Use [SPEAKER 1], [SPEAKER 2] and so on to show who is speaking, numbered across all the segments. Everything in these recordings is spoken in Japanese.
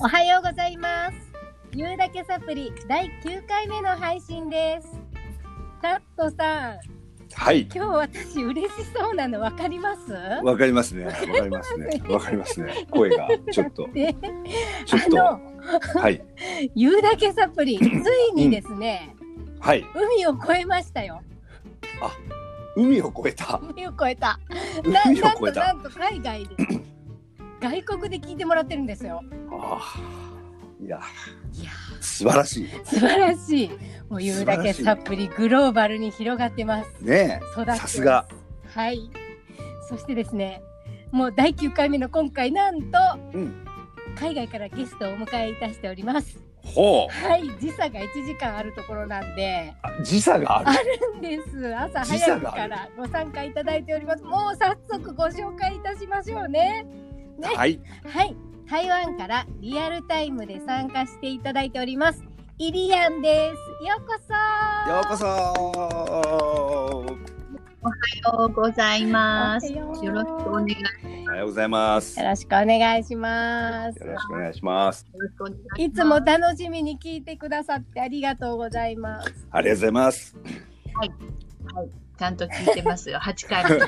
[SPEAKER 1] おはようございます。ゆうだけサプリ第9回目の配信です。タットさん、
[SPEAKER 2] はい。
[SPEAKER 1] 今日私嬉しそうなのわかります
[SPEAKER 2] わかりますね。わかりますね。わかりますね。声がちょっと、
[SPEAKER 1] で、
[SPEAKER 2] ちょっ
[SPEAKER 1] あ
[SPEAKER 2] と、はい。
[SPEAKER 1] ゆうだけサプリ、ついにですね、
[SPEAKER 2] はい。
[SPEAKER 1] 海を越えましたよ。
[SPEAKER 2] 海を越えた。
[SPEAKER 1] 海を越えた。な
[SPEAKER 2] 海を
[SPEAKER 1] なん
[SPEAKER 2] 越
[SPEAKER 1] と
[SPEAKER 2] えた。
[SPEAKER 1] な
[SPEAKER 2] あ
[SPEAKER 1] んと海外で、外国で聞いてもらってるんですよ。
[SPEAKER 2] あ。いや、
[SPEAKER 1] いや
[SPEAKER 2] 素晴らしい。
[SPEAKER 1] 素晴らしい。もうゆうだけサプリグローバルに広がってます。
[SPEAKER 2] ね
[SPEAKER 1] 育って
[SPEAKER 2] え。
[SPEAKER 1] ます
[SPEAKER 2] さすが。。
[SPEAKER 1] はい。そしてですね、もう第9回目の今回なんと
[SPEAKER 2] うん。
[SPEAKER 1] 海外からゲストをお迎えいたしております。
[SPEAKER 2] ほう
[SPEAKER 1] はい、時差が1時間あるところなんで、
[SPEAKER 2] あ。時差がある。
[SPEAKER 1] です。朝
[SPEAKER 2] 時
[SPEAKER 1] 早
[SPEAKER 2] 差
[SPEAKER 1] く
[SPEAKER 2] が
[SPEAKER 1] か
[SPEAKER 2] ある
[SPEAKER 1] らご参加いただいております。もう早速ご紹介いたしましょうね。ね
[SPEAKER 2] はい。
[SPEAKER 1] はい、台湾からリアルタイムで参加していただいております。イリアンです。ようこそ。
[SPEAKER 2] ようこそ。
[SPEAKER 3] おはようございます。
[SPEAKER 1] おは
[SPEAKER 3] よ
[SPEAKER 1] よ
[SPEAKER 3] ろ
[SPEAKER 1] う
[SPEAKER 3] しくお願いよ
[SPEAKER 2] おはようございます。
[SPEAKER 1] よ
[SPEAKER 2] よ
[SPEAKER 1] ろしくお願いします。
[SPEAKER 2] ろしくお願いします。
[SPEAKER 3] ろしくお願いします。
[SPEAKER 1] いつも楽しみに聞いてくださってありがとうございます。
[SPEAKER 2] ありがとうございます。
[SPEAKER 3] ちゃんと聞いてますよ。八回目。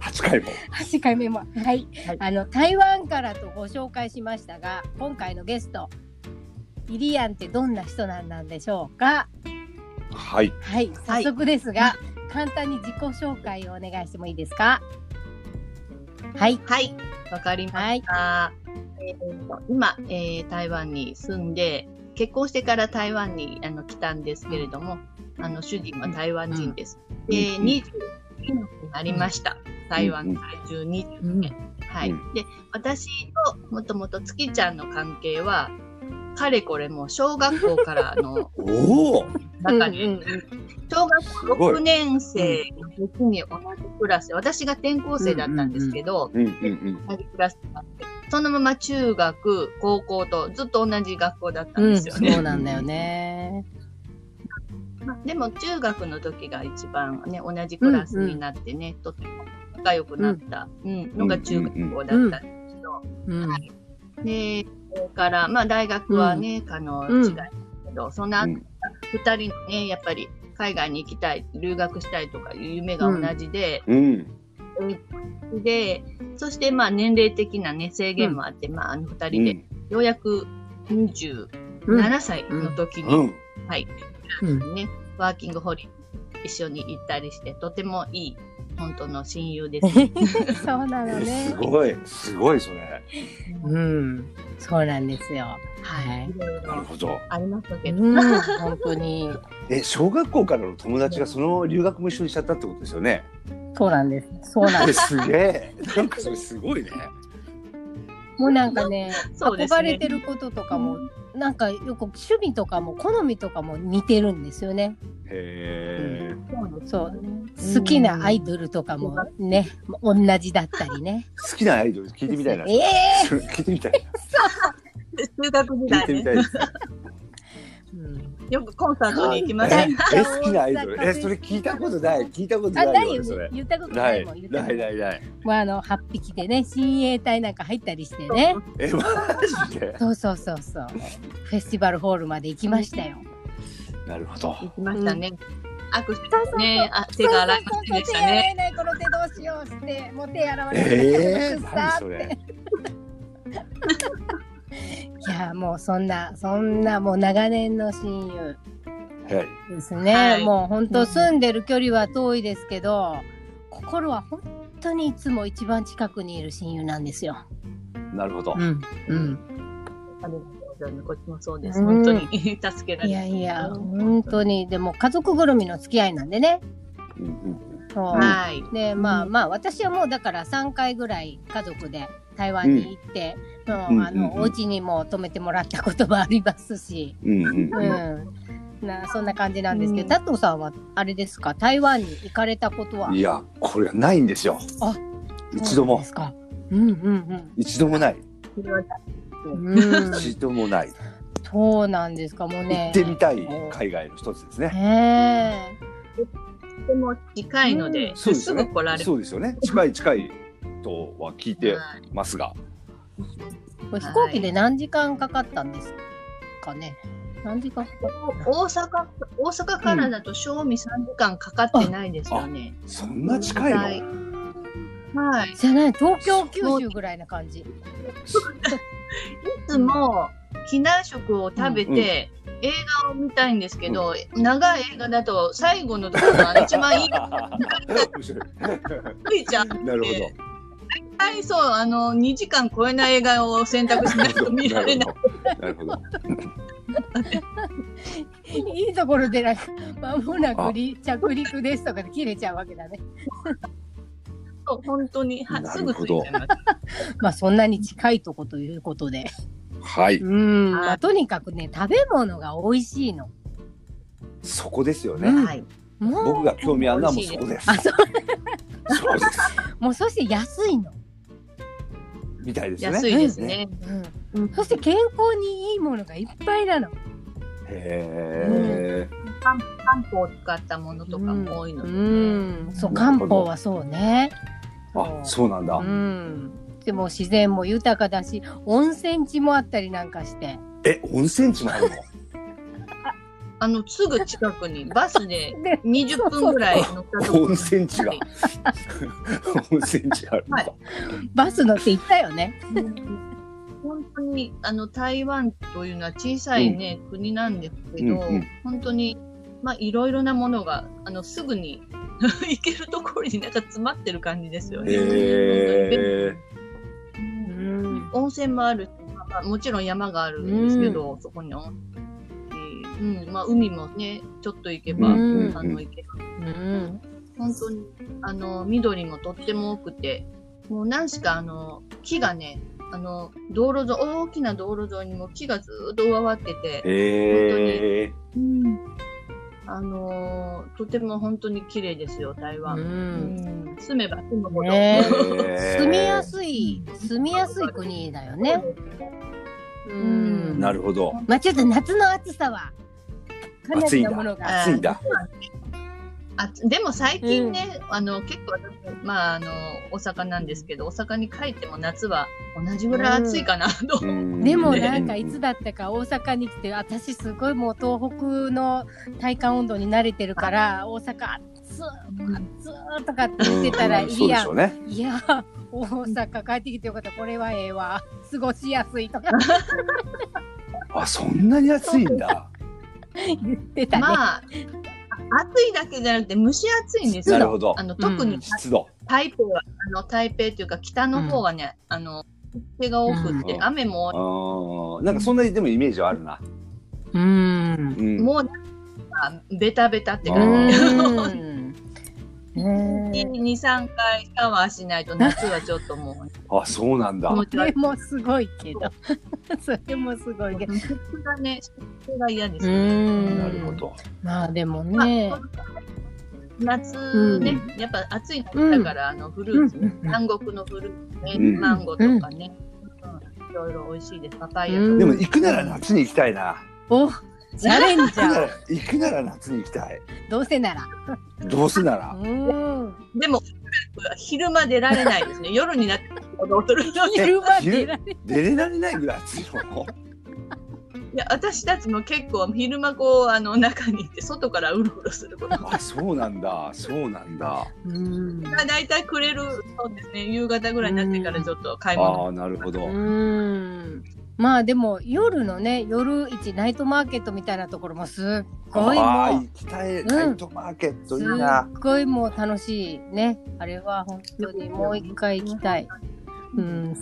[SPEAKER 2] 八回も。
[SPEAKER 1] 8回目も、はい、
[SPEAKER 3] はい
[SPEAKER 1] あの台湾からとご紹介しましたが、今回のゲスト。イリアンってどんな人なんなんでしょうか。
[SPEAKER 2] はい。
[SPEAKER 1] はい、早速ですが、簡単に自己紹介をお願いしてもいいですか。はい、
[SPEAKER 3] はい、わかりました。えーと今、えー台湾に住んで、結婚してから台湾にあの来たんですけれども、あの主人は台湾人です。で、
[SPEAKER 2] うん
[SPEAKER 3] 22になりました。台湾在住22年。はい。
[SPEAKER 2] うん
[SPEAKER 3] で、私ともともと月ちゃんの関係は、かれこれもう小学校からの
[SPEAKER 2] おお。
[SPEAKER 3] 中に、
[SPEAKER 1] うんうんうん
[SPEAKER 3] 小学校
[SPEAKER 2] ごい
[SPEAKER 3] 6年生の時に同じクラス、私が転校生だったんですけど、
[SPEAKER 2] うんうんうん。
[SPEAKER 3] 同じクラスになって、そのまま中学、高校とずっと同じ学校だったんですよね。
[SPEAKER 1] そうなんだよね。
[SPEAKER 3] まあでも中学の時が一番ね、同じクラスになってね、とても仲良くなった、うんのが中学校だったんですけど、
[SPEAKER 1] うん、
[SPEAKER 3] で、それから、まあ大学はね、あの、
[SPEAKER 1] うん
[SPEAKER 3] 違いますけど、その後、
[SPEAKER 2] うん
[SPEAKER 3] 二人のね、やっぱり海外に行きたい、留学したいとかいう夢が同じで、
[SPEAKER 2] うん。
[SPEAKER 3] で、そしてまあ年齢的なね、制限もあって、まああの二
[SPEAKER 2] う
[SPEAKER 3] 人で、
[SPEAKER 2] ん。
[SPEAKER 3] ようやく27歳の時に、
[SPEAKER 2] うん。
[SPEAKER 3] はい、
[SPEAKER 1] うん
[SPEAKER 3] ね、ワーキングホリデー一緒に行ったりして、とてもいい、本当の親友です。
[SPEAKER 1] そうなのね
[SPEAKER 2] す。ごい。すごいそれ。
[SPEAKER 1] うん、そうなんですよ。はい
[SPEAKER 3] いろい
[SPEAKER 2] なる
[SPEAKER 3] ろ
[SPEAKER 2] ほど。
[SPEAKER 3] ありましたけど、
[SPEAKER 1] うん、本当に。
[SPEAKER 2] え、小学校からの友達がその留学も一緒にしちゃったってことですよね。
[SPEAKER 1] そうなんです。そうなんで
[SPEAKER 2] これ
[SPEAKER 1] す。
[SPEAKER 2] すげえ。なんかそれすごいね。
[SPEAKER 1] もうなんかね、
[SPEAKER 3] そうですね
[SPEAKER 1] 憧れてることとかも、なんかよく趣味とかも好みとかも似てるんですよね。
[SPEAKER 2] へえ。
[SPEAKER 3] そうです
[SPEAKER 1] そう
[SPEAKER 3] ね
[SPEAKER 1] 好きなアイドルとかもね、同じだったりね。
[SPEAKER 2] 好きなアイドル聞いてみたいな。
[SPEAKER 1] ええ
[SPEAKER 2] 聞いてみたい。
[SPEAKER 3] 中学時
[SPEAKER 2] 聞い
[SPEAKER 3] 代
[SPEAKER 2] てみ
[SPEAKER 3] ね、
[SPEAKER 2] たいです。
[SPEAKER 3] よくコンサートに行きました
[SPEAKER 2] え
[SPEAKER 3] ね。
[SPEAKER 2] え、好きなアイドル。え、それ聞いたことない。聞いたこと
[SPEAKER 1] あ、
[SPEAKER 2] な
[SPEAKER 1] ないいよ
[SPEAKER 2] よ、そ
[SPEAKER 1] ね
[SPEAKER 2] れ。。
[SPEAKER 1] 言ったことな
[SPEAKER 2] ないい
[SPEAKER 1] もん。言。った
[SPEAKER 2] な
[SPEAKER 1] こと
[SPEAKER 2] い
[SPEAKER 1] ない。
[SPEAKER 2] ないない。
[SPEAKER 1] もうあの八匹でね、親衛隊なんか入ったりしてね。
[SPEAKER 2] え、マジで。
[SPEAKER 1] そうそうそうそう。フェスティバルホールまで行きましたよ。
[SPEAKER 2] なるほど。
[SPEAKER 3] 行きましたね。握手
[SPEAKER 1] そうそうそう
[SPEAKER 3] ね、あ手が洗いませんでし
[SPEAKER 1] そうそうそう手
[SPEAKER 3] たね。
[SPEAKER 1] 洗えないこの手どうしようして、もう手洗われて。
[SPEAKER 2] ええ、
[SPEAKER 1] さ
[SPEAKER 2] 何それ。
[SPEAKER 1] いやもうそんなそんなもう長年の親友
[SPEAKER 2] はい。
[SPEAKER 1] ですね、
[SPEAKER 3] はい
[SPEAKER 1] もう本当住んでる距離は遠いですけど、心は本当にいつも一番近くにいる親友なんですよ。
[SPEAKER 2] なるほど。
[SPEAKER 1] ん
[SPEAKER 3] ありがとうございますこっちもそうです。
[SPEAKER 1] うん
[SPEAKER 3] 本当に助けら
[SPEAKER 1] い
[SPEAKER 3] れ
[SPEAKER 1] やいや
[SPEAKER 3] うん
[SPEAKER 1] 本当にでも家族ぐるみの付き合いなんでね。
[SPEAKER 2] うんうん
[SPEAKER 1] そう
[SPEAKER 3] はい。
[SPEAKER 1] でまあまあ私はもうだから3回ぐらい家族で台湾に行って、もうあの、
[SPEAKER 2] うんうんうん
[SPEAKER 1] お家にも泊めてもらったこともありますし、
[SPEAKER 2] うんうん
[SPEAKER 1] う
[SPEAKER 2] うん。
[SPEAKER 1] んなそんな感じなんですけど、
[SPEAKER 3] うん
[SPEAKER 1] 佐藤さんはあれですか台湾に行かれたことはい
[SPEAKER 2] や、これがないんですよ
[SPEAKER 1] あ。
[SPEAKER 2] 一度
[SPEAKER 1] そう
[SPEAKER 2] も
[SPEAKER 1] で、すか。うんうん
[SPEAKER 2] 一度もない。
[SPEAKER 3] それは
[SPEAKER 1] うん。うん、
[SPEAKER 2] 一度もない。
[SPEAKER 1] そうなんですかもう
[SPEAKER 2] 行
[SPEAKER 1] ね
[SPEAKER 2] っ。てみたい海外の一つですね。
[SPEAKER 1] ね
[SPEAKER 3] とても近いので、
[SPEAKER 1] うん
[SPEAKER 2] そうですす
[SPEAKER 3] ぐ
[SPEAKER 2] ね
[SPEAKER 3] 来ら。れる。
[SPEAKER 2] そうですよね。近い近いとは聞いてますが。
[SPEAKER 1] これ飛行機で何時間かかったんですかね。何時間かかっ
[SPEAKER 3] 大阪大阪からだと正味3時間かかってないですよね。
[SPEAKER 2] そんな近いの、
[SPEAKER 3] はいはい。い
[SPEAKER 1] たじゃない東京九州ぐらいな感じ。
[SPEAKER 3] つも機内食を食べて、映画を見たいんですけど、長い映画だと最後のところが一番いいの
[SPEAKER 2] 面白
[SPEAKER 3] ついちゃう。
[SPEAKER 2] い なるほど。
[SPEAKER 3] はい、そう、あの、2時間超えない映画を選択しないと見られない。
[SPEAKER 2] なるほど。
[SPEAKER 1] いいところでなんか間もなくり着陸ですとかで切れちゃうわけだね。
[SPEAKER 3] そう本当に、は
[SPEAKER 2] な
[SPEAKER 3] す
[SPEAKER 2] る
[SPEAKER 3] ぐ
[SPEAKER 2] ほ
[SPEAKER 3] つい
[SPEAKER 2] ど
[SPEAKER 3] ちゃいます。
[SPEAKER 1] まあそんなに近いとこということで。
[SPEAKER 2] はい。
[SPEAKER 1] うん。
[SPEAKER 3] はい
[SPEAKER 1] まあとにかくね食べ物が美味しいの。
[SPEAKER 2] そこですよ
[SPEAKER 1] うん
[SPEAKER 2] ね。
[SPEAKER 3] はい。
[SPEAKER 1] もう
[SPEAKER 2] 僕が興味あるのはもうそこです。
[SPEAKER 1] あそう
[SPEAKER 2] そうです。
[SPEAKER 1] もうそして安いの。
[SPEAKER 2] みたいですね。
[SPEAKER 3] 安いですね。
[SPEAKER 1] うん。そして健康にいいものがいっぱいなの。
[SPEAKER 2] へえ。
[SPEAKER 3] 漢方を使ったものとかも多いの
[SPEAKER 1] う
[SPEAKER 3] で。
[SPEAKER 1] ん、そう
[SPEAKER 2] な
[SPEAKER 1] 漢
[SPEAKER 2] るほど
[SPEAKER 1] 方はそうね。
[SPEAKER 2] あ、そうなんだ
[SPEAKER 1] う。ん。でも自然も豊かだし、温泉地もあったりなんかして。
[SPEAKER 2] え、温泉地もあるの。
[SPEAKER 3] あの、すぐ近くに、バスで
[SPEAKER 1] で、
[SPEAKER 3] 20分ぐらい乗ったところ。
[SPEAKER 2] 温泉地が。温泉地があるんだ。
[SPEAKER 1] バス乗って行ったよね。
[SPEAKER 3] 本当にあの台湾というのは小さい、ね国なんですけど、
[SPEAKER 2] うんうん
[SPEAKER 3] 本当に、まあ、いろいろなものがあのすぐに 行けるところになんか詰まってる感じですよね。
[SPEAKER 2] へえ。
[SPEAKER 1] うん。
[SPEAKER 3] 温泉もあるし、まあ、もちろん山があるんですけど、そこに温泉、うんまあ、海もねちょっと行けば、
[SPEAKER 1] うん
[SPEAKER 3] あの行ける
[SPEAKER 1] うん。
[SPEAKER 3] 本当にあの緑もとっても多くてもう何しかあの木がねあの道路沿い大きな道路沿いにも木がずーっとわわってて。
[SPEAKER 2] へえ。
[SPEAKER 3] あのーとても本当に綺麗ですよ、台
[SPEAKER 1] う
[SPEAKER 3] 湾。
[SPEAKER 1] ん。
[SPEAKER 3] うん住めば住むほど。
[SPEAKER 1] ねえ
[SPEAKER 2] へえ
[SPEAKER 1] 住みやすい、住みやすい国だよね。うん
[SPEAKER 2] なるほど。
[SPEAKER 1] まあちょっと夏の暑さは、かな
[SPEAKER 2] 暑い
[SPEAKER 1] り
[SPEAKER 2] ん
[SPEAKER 1] の
[SPEAKER 2] だ
[SPEAKER 1] ものが。
[SPEAKER 2] 暑いんだ。
[SPEAKER 3] あでも最近ね、あの結構私、まあ、あの大阪なんですけど大阪に帰っても夏は同じぐらい暑いかなと、
[SPEAKER 2] うん
[SPEAKER 1] でもなんかいつだったか大阪に来て私すごいもう東北の体感温度に慣れてるから大阪暑ー暑ーとかって言ってたら
[SPEAKER 2] う
[SPEAKER 1] い
[SPEAKER 2] んそう
[SPEAKER 1] い
[SPEAKER 2] で
[SPEAKER 1] や
[SPEAKER 2] しょうね。
[SPEAKER 1] んいやー大阪帰ってきてよかったこれはええわ過ごしやすいとか
[SPEAKER 2] あ、そんなに暑いんだ。
[SPEAKER 1] 言ってたね、
[SPEAKER 3] まああ暑いだけじゃなくて蒸し暑いんですよ
[SPEAKER 2] なるほど
[SPEAKER 3] あの特
[SPEAKER 1] う
[SPEAKER 3] に
[SPEAKER 1] ん
[SPEAKER 2] 湿度。
[SPEAKER 3] 台北はあの台北というか北の方はね、あの手が多くって、
[SPEAKER 2] うん
[SPEAKER 3] 雨も多
[SPEAKER 2] あ
[SPEAKER 3] い
[SPEAKER 2] あ、なんかそんなにでもイメージはあるな。
[SPEAKER 1] うん
[SPEAKER 2] うん。
[SPEAKER 3] もうなんかベタベタって
[SPEAKER 1] う
[SPEAKER 3] 感じ。
[SPEAKER 1] んね
[SPEAKER 3] 2、3回シャワーしないと夏はちょっともう
[SPEAKER 2] あ、そうなんだ
[SPEAKER 3] 気。持
[SPEAKER 1] えそれ
[SPEAKER 3] ち悪い。
[SPEAKER 1] もすごいけど それもすごいけど
[SPEAKER 3] 湿気がね、湿気が嫌です。
[SPEAKER 1] ん
[SPEAKER 2] なるほど。
[SPEAKER 1] まあでも
[SPEAKER 3] まあ
[SPEAKER 1] ね
[SPEAKER 3] 夏ね、やっぱ暑いのだから、あのフルーツね、
[SPEAKER 1] うん
[SPEAKER 3] 南国のフルーツね、
[SPEAKER 2] うん
[SPEAKER 3] マンゴーとかね、うんいろいろ美味しいです。パパイヤとか、
[SPEAKER 1] うん
[SPEAKER 2] でも行くなら夏に行きたいな。
[SPEAKER 1] おチャレンジ
[SPEAKER 2] 行くな
[SPEAKER 1] ャー
[SPEAKER 2] ら行くなら夏に行きたい。
[SPEAKER 1] どうせなら
[SPEAKER 2] どうせなら。
[SPEAKER 1] うん
[SPEAKER 3] でも昼間出られないですね。夜になって踊るのに。
[SPEAKER 1] 昼間出られ
[SPEAKER 2] 出れられないぐらい暑いの。
[SPEAKER 3] いや私たちも結構昼間こうあの中にいて外からうろうろすること
[SPEAKER 2] あ、そうなんだ。そうなんだ。
[SPEAKER 1] うん
[SPEAKER 3] が大体くれるそうですね夕方ぐらいになってからちょっと買い
[SPEAKER 2] あ
[SPEAKER 3] 物
[SPEAKER 2] あ、なるほど。
[SPEAKER 1] うんまあでも夜のね夜市ナイトマーケットみたいなところもすっごい
[SPEAKER 2] ああ、
[SPEAKER 1] も
[SPEAKER 2] 行きたい。
[SPEAKER 1] ん
[SPEAKER 2] ナイトマーケッ
[SPEAKER 1] う
[SPEAKER 2] トい
[SPEAKER 1] す
[SPEAKER 2] い
[SPEAKER 1] っ
[SPEAKER 2] な。
[SPEAKER 1] ごいもう楽しいねあれは本当にもう一回行きたい。うん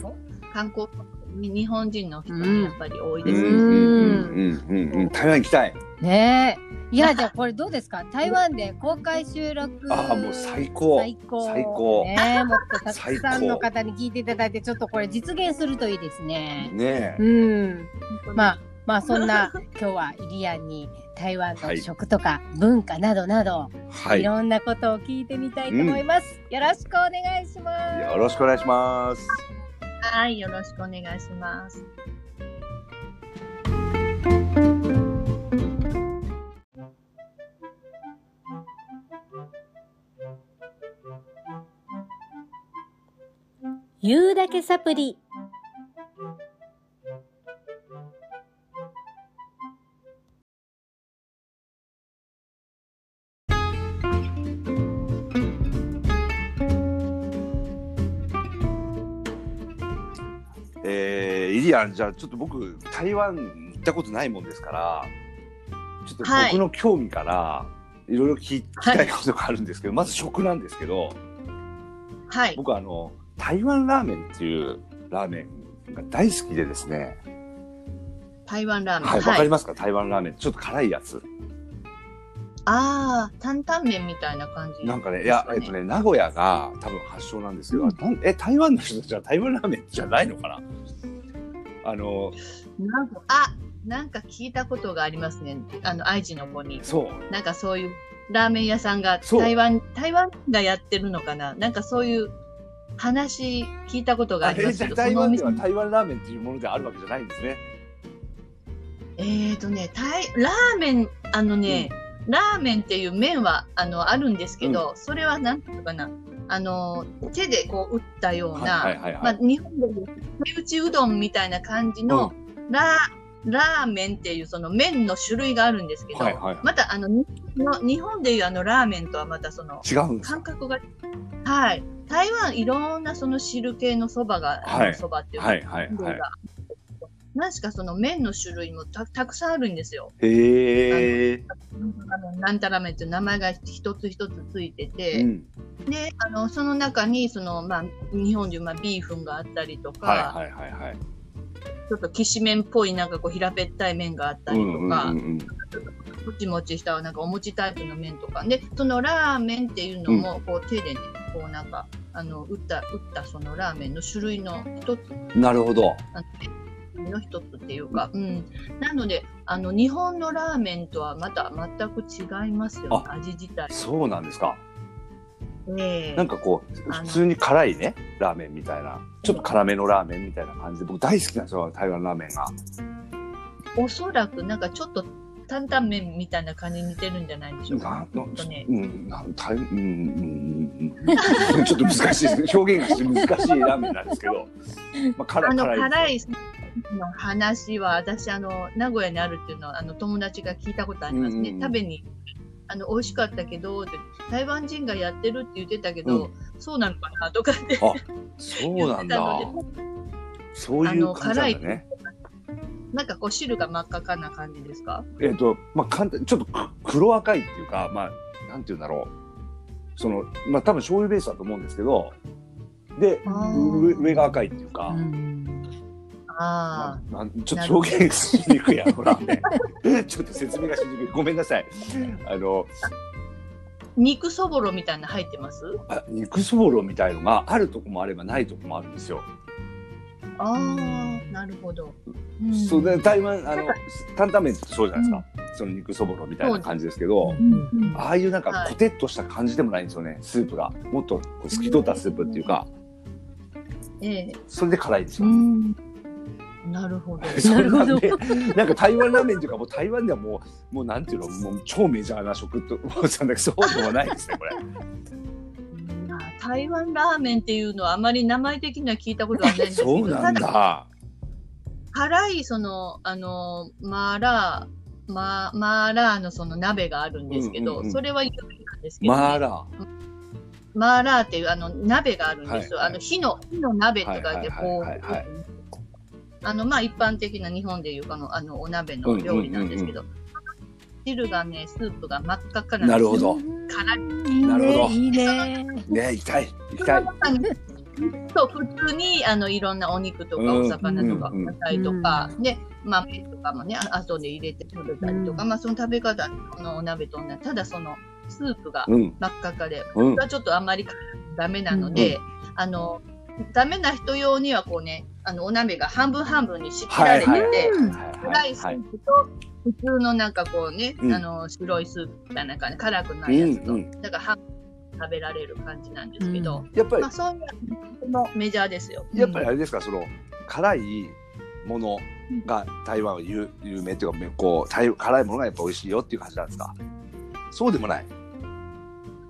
[SPEAKER 3] 観光日本人の人もやっぱり多いですね、
[SPEAKER 1] うん
[SPEAKER 2] うんうんうんうん。台湾行きたい。
[SPEAKER 1] ねえいやじゃあこれどうです か台湾で公開収録
[SPEAKER 2] ああ、もう最高。
[SPEAKER 1] 最高
[SPEAKER 2] 最高
[SPEAKER 1] ねえもっとたくさんの方に聞いていただいてちょっとこれ実現するといいですね。
[SPEAKER 2] ねえ。
[SPEAKER 1] うんま
[SPEAKER 3] ま
[SPEAKER 1] あまあそん な今日はイリアンに台湾の食とか文化などなど、、
[SPEAKER 2] はいい。よ
[SPEAKER 1] ろんなことを聞いてみたいと思います、よろしくお願いします
[SPEAKER 2] ろしくお願いします。
[SPEAKER 3] あはいよろしくお願いします
[SPEAKER 1] 言うだけサプリ
[SPEAKER 2] えー、イリアン、じゃあちょっと僕、台湾行ったことないもんですから、ちょっと
[SPEAKER 3] はい
[SPEAKER 2] 僕の興味から、いろいろ聞き聞き
[SPEAKER 3] はい
[SPEAKER 2] たいことがあるんですけど、まず食なんですけど、
[SPEAKER 3] はい。
[SPEAKER 2] 僕あの、台湾ラーメンっていうラーメンが大好きでですね、
[SPEAKER 3] 台湾ラーメン。
[SPEAKER 2] はい、わかりますか、台湾ラーメン。ちょっと辛いやつ。
[SPEAKER 3] ああ、担々麺みたいな感じ。
[SPEAKER 2] なんかね、いや、えっと。ね、名古屋が多分発祥なんですけど、
[SPEAKER 3] うん
[SPEAKER 2] なんえ、台湾の人たちは台湾ラーメンじゃないのかなあの、
[SPEAKER 3] なんか、あ、なんか聞いたことがありますね。あの愛知の子に。
[SPEAKER 2] そう、
[SPEAKER 3] なんかそういうラーメン屋さんが
[SPEAKER 2] そう
[SPEAKER 3] 台湾台湾がやってるのかな。なんかそういう話聞いたことがあ
[SPEAKER 2] あ
[SPEAKER 3] りま
[SPEAKER 2] れ
[SPEAKER 3] す
[SPEAKER 2] じ
[SPEAKER 3] け
[SPEAKER 2] ゃ
[SPEAKER 3] ど、
[SPEAKER 2] 台湾では
[SPEAKER 3] そのお店
[SPEAKER 2] 台湾ラーメンっていうものであるわけじゃないんですね。
[SPEAKER 3] えっ、ー、とね、タイラーメンあのね、ラーメンっていう麺はあのあるんですけど、それはなんていうのかな。あの手でこう打ったような。
[SPEAKER 2] はいはいはい
[SPEAKER 3] ま
[SPEAKER 2] は
[SPEAKER 3] あ、
[SPEAKER 2] い。
[SPEAKER 3] 日本でも手打ちうどんみたいな感じのラ,、ラーメンっていうその麺の種類があるんですけど、
[SPEAKER 2] はいはい
[SPEAKER 3] またあの日本の日本でいうあのラーメンとはまたその
[SPEAKER 2] 違うんです
[SPEAKER 3] 感覚がはい台湾いろんなその汁系のそばが
[SPEAKER 2] はい
[SPEAKER 3] そば、蕎麦っていうか、
[SPEAKER 2] はいはいはい。
[SPEAKER 3] 何しかその麺の種類もたたくさんあるんですよ。
[SPEAKER 2] へえ。
[SPEAKER 3] あのなんたら麺っていう名前が一つ一つついてて、
[SPEAKER 2] うん。
[SPEAKER 3] であのその中にその、まあ、日本でいう、まあ、ビーフンがあったりとか、
[SPEAKER 2] はいはいはいはい。
[SPEAKER 3] ちょっときしめんっぽいなんかこう平べったい麺があった
[SPEAKER 2] う
[SPEAKER 3] り
[SPEAKER 2] んう
[SPEAKER 3] と
[SPEAKER 2] んう
[SPEAKER 3] か、
[SPEAKER 2] ん
[SPEAKER 3] もちもちしたなんかお餅タイプの麺とかでそのラーメンっていうのもこう丁寧にこうなんかあの打った打ったそのラーメンの種類の一つ
[SPEAKER 2] うん。なるほど。
[SPEAKER 3] の一つっていうか、うん、なのであの日本のラーメンとはまた全く違いますよね味自体。
[SPEAKER 2] そうなんですか。
[SPEAKER 3] ええ
[SPEAKER 2] なんかこう
[SPEAKER 3] あの
[SPEAKER 2] 普通に辛いねラーメンみたいな、ちょっと辛めのラーメンみたいな感じで僕大好きなんですよ台湾ラーメンが。
[SPEAKER 3] おそらくなんかちょっと担々麺みたいな感じに似てるんじゃないでしょう
[SPEAKER 2] な
[SPEAKER 3] か
[SPEAKER 2] ん。
[SPEAKER 3] ちょっとね
[SPEAKER 2] うんなん台うんうんうん うん。ちょっと難しいです表現がして難しいラーメンなんですけど、まあ辛
[SPEAKER 3] あ
[SPEAKER 2] い
[SPEAKER 3] の
[SPEAKER 2] 辛いです。
[SPEAKER 3] 辛いの話は私あの名古屋にあるっていうのはあの友達が聞いたことありますね、
[SPEAKER 2] うんうんうん
[SPEAKER 3] 食べにあの美味しかったけどって台湾人がやってるって言ってたけど、
[SPEAKER 2] う
[SPEAKER 3] そうなのかなとかって
[SPEAKER 2] あそう
[SPEAKER 3] 言っ
[SPEAKER 2] な
[SPEAKER 3] て
[SPEAKER 2] ん
[SPEAKER 3] た
[SPEAKER 2] だ。
[SPEAKER 3] ので
[SPEAKER 2] そういう感じなんだね。
[SPEAKER 3] なんかこう汁が真っ赤かな感じですか
[SPEAKER 2] えっ、と、まあ、簡単、ちょっとく黒赤いっていうか、まあ、なんて言うんだろう。その、まあ、多分醤油ベースだと思うんですけど。で、
[SPEAKER 3] あ
[SPEAKER 2] 上
[SPEAKER 3] ー
[SPEAKER 2] 上が赤いっていうか、
[SPEAKER 3] あ
[SPEAKER 2] まあなんちょっと表現しにくいやろラーメン ちょっと説明がしにくい、ごめんなさい。あの、
[SPEAKER 3] ー肉そぼろみたいなの入ってます
[SPEAKER 2] あ肉そぼろみたいのがあるとこもあればないとこもあるんですよ。
[SPEAKER 3] ああなるほど、うん
[SPEAKER 2] そうで、台湾、あの、担々麺ってそうじゃないですか。その肉そぼろみたいな感じですけど。
[SPEAKER 3] うん
[SPEAKER 2] ああいうなんか
[SPEAKER 3] はい
[SPEAKER 2] コテッとした感じでもないんですよね、スープが。もっとこう透き通ったスープっていうか、
[SPEAKER 3] ええ
[SPEAKER 2] それで辛いんです
[SPEAKER 1] う
[SPEAKER 2] よ。
[SPEAKER 1] ん。
[SPEAKER 3] なるほど
[SPEAKER 2] そんなん
[SPEAKER 1] な
[SPEAKER 2] で、なんか台湾ラーメンっていうか、もう台湾ではもう、もうなんていうの、もう超メジャーな食と思ったんだけど、そうでもないですね、これ。
[SPEAKER 3] まあ台湾ラーメンっていうのはあまり名前的には聞いたことはないんですけど
[SPEAKER 2] そうなん
[SPEAKER 3] た
[SPEAKER 2] だ。
[SPEAKER 3] 辛いそのあのマーラーマーマーラーのその鍋があるんですけど、
[SPEAKER 2] うんうんうん
[SPEAKER 3] それは有名なんですけどね、
[SPEAKER 2] マーラ
[SPEAKER 3] マーラーっていうあの鍋があるんですよ、
[SPEAKER 2] はいはい
[SPEAKER 3] あの火の火の鍋とかでこ
[SPEAKER 2] はいはいはいはいう
[SPEAKER 3] あのまあ一般的な日本でいうかのあのお鍋の料理なんですけど、汁がねスープが真っ赤っか
[SPEAKER 2] ー。なるほ
[SPEAKER 3] ど
[SPEAKER 2] ど。
[SPEAKER 3] 辛
[SPEAKER 1] いい
[SPEAKER 2] なるほど
[SPEAKER 1] ね。いいね。
[SPEAKER 2] ね、痛い、痛い。
[SPEAKER 3] そう普通にあのいろんなお肉とかお魚とか
[SPEAKER 2] うんうん
[SPEAKER 3] 野菜とか、でまあ麺とかもねあ後で入れて食べたりとか、
[SPEAKER 1] うん
[SPEAKER 3] まあその食べ方のお鍋と同じただそのスープが
[SPEAKER 2] うん、
[SPEAKER 3] 真っ赤っかで
[SPEAKER 2] うん
[SPEAKER 3] これ。はちょっとあんまりダメなので、あのダメな人用にはこうねあのお鍋が半分半分に仕切ら
[SPEAKER 2] はい
[SPEAKER 3] れてて、
[SPEAKER 2] はいはい
[SPEAKER 3] 辛いス
[SPEAKER 2] はい。
[SPEAKER 3] ープと普通のなんかこうね、
[SPEAKER 2] うん
[SPEAKER 3] あの白いスープみたいな感じ辛くな
[SPEAKER 2] う
[SPEAKER 3] いや
[SPEAKER 2] ん
[SPEAKER 3] つと、
[SPEAKER 2] うん
[SPEAKER 3] だから半分食べられる感じなんですけど。
[SPEAKER 1] うん
[SPEAKER 2] やっぱり
[SPEAKER 3] まあ、、そういうのもメジャーですよ。
[SPEAKER 2] やっぱりあれですか、その辛いものが台湾は有有名っていうか、こう台辛いものがやっぱ美味しいよっていう感じなんですか。そうでもない。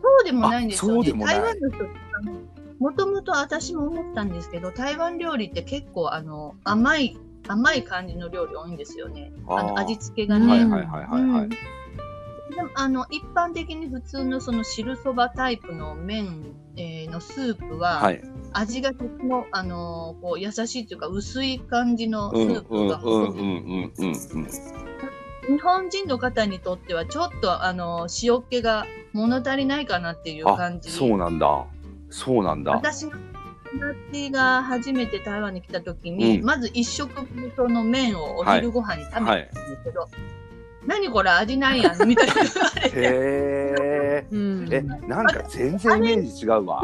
[SPEAKER 3] そうでもないんです
[SPEAKER 2] あそ
[SPEAKER 3] よ
[SPEAKER 2] うで
[SPEAKER 3] ね。
[SPEAKER 2] もない
[SPEAKER 3] 台湾の人もともと私も思ったんですけど、台湾料理って結構あの甘い甘い感じの料理多いんですよね。あの味付けが
[SPEAKER 1] うん
[SPEAKER 3] ね、
[SPEAKER 2] はいはいはいはいはい。
[SPEAKER 3] でもあの一般的に普通のその汁そばタイプの麺、えーのスープは、
[SPEAKER 2] はい。
[SPEAKER 3] 味がとても、あのーこう優しいというか薄い感じのス
[SPEAKER 2] うん
[SPEAKER 3] ー
[SPEAKER 2] う
[SPEAKER 3] プ
[SPEAKER 2] ん
[SPEAKER 3] が、
[SPEAKER 2] うんうんうんうんうん。
[SPEAKER 3] 日本人の方にとってはちょっと、あのー塩気が物足りないかなっていう
[SPEAKER 2] あ
[SPEAKER 3] 感、じ
[SPEAKER 2] そうなんだ。そうなんだ。
[SPEAKER 3] 私の友達が初めて台湾に来た時に、
[SPEAKER 2] うん
[SPEAKER 3] まず一食分その麺をお昼ご飯に食べたん
[SPEAKER 2] は
[SPEAKER 3] で
[SPEAKER 2] い。
[SPEAKER 3] すけど、何これ味ないやんみたいな言われて
[SPEAKER 2] へえ。
[SPEAKER 1] うん
[SPEAKER 2] え、なんか全然イメージ違うわ。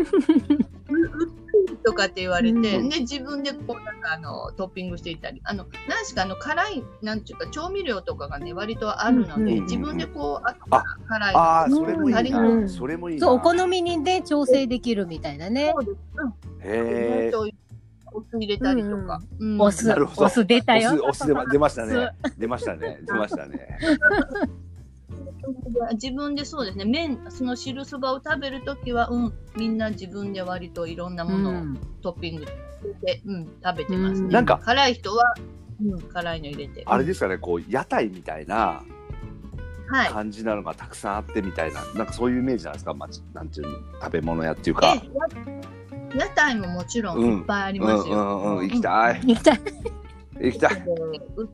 [SPEAKER 3] とかって言われて、
[SPEAKER 2] うん
[SPEAKER 3] で自分でこうなんかあのトッピングしていったりあの何しかあの辛いなんていうか調味料とかがね割とあるので、
[SPEAKER 1] うん
[SPEAKER 2] うん
[SPEAKER 3] 自分でこうあと
[SPEAKER 2] あ
[SPEAKER 3] から辛いの
[SPEAKER 2] ああ、それもい
[SPEAKER 3] 足
[SPEAKER 2] い
[SPEAKER 3] りない
[SPEAKER 1] うん
[SPEAKER 2] な。それもいいな。
[SPEAKER 1] そうお好みにで調整できるみたいなね
[SPEAKER 3] そうです
[SPEAKER 2] へえ。
[SPEAKER 3] うんお酢入れたりとか、うん
[SPEAKER 1] お酢
[SPEAKER 2] なるほど
[SPEAKER 1] お酢出た
[SPEAKER 2] お
[SPEAKER 1] よ
[SPEAKER 2] 酢、お酢出ま出ましたね。出ました ね。出ましたね。
[SPEAKER 3] 自分でそうですね麺その汁そばを食べるときはうんみんな自分で割といろんな
[SPEAKER 1] う
[SPEAKER 3] ものを
[SPEAKER 1] ん
[SPEAKER 3] トッピングして、うん食べてますね
[SPEAKER 1] なん
[SPEAKER 2] か
[SPEAKER 3] 辛い人は、うん、辛いの入れて
[SPEAKER 2] あれですかね、こう屋台みたいな
[SPEAKER 3] はい
[SPEAKER 2] 感じなのがたくさんあってみたいな、なんかそういうイメージじゃないですか。まあ、なんていうの食べ物屋っていうか。
[SPEAKER 3] で屋屋台ももちろん
[SPEAKER 2] うん
[SPEAKER 3] いっぱいあり
[SPEAKER 2] う
[SPEAKER 3] ま
[SPEAKER 2] ん
[SPEAKER 3] す
[SPEAKER 2] う
[SPEAKER 3] よ。
[SPEAKER 2] んうん、行きたい。
[SPEAKER 1] 行きたい
[SPEAKER 2] 行きたい。
[SPEAKER 3] でう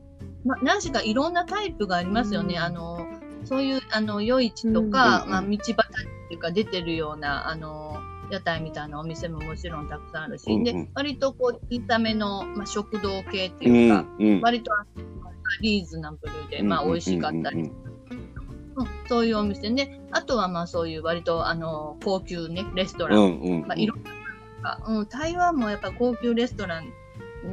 [SPEAKER 3] ま何しかいろんなタイプがありますよね。
[SPEAKER 1] うん
[SPEAKER 3] あのそういうあの夜市とか、
[SPEAKER 2] うん
[SPEAKER 3] まあ、道端っていうか出てるようなあの屋台みたいなお店ももちろんたくさんあるし、
[SPEAKER 2] うんうん
[SPEAKER 3] で割とこう小さめの、まあ、食堂系っ
[SPEAKER 2] う
[SPEAKER 3] てい
[SPEAKER 2] ん
[SPEAKER 3] う
[SPEAKER 2] う
[SPEAKER 3] か、
[SPEAKER 2] ん。
[SPEAKER 3] 割とあのリーズナブルで、まあ、美味しかったり、
[SPEAKER 2] うん
[SPEAKER 3] うんそういうお店であとはまあそういう割とあの高級、ね、レストラン
[SPEAKER 2] うんうん。
[SPEAKER 3] まあ、いろんななんか、うん、台湾もやっぱ高級レストラン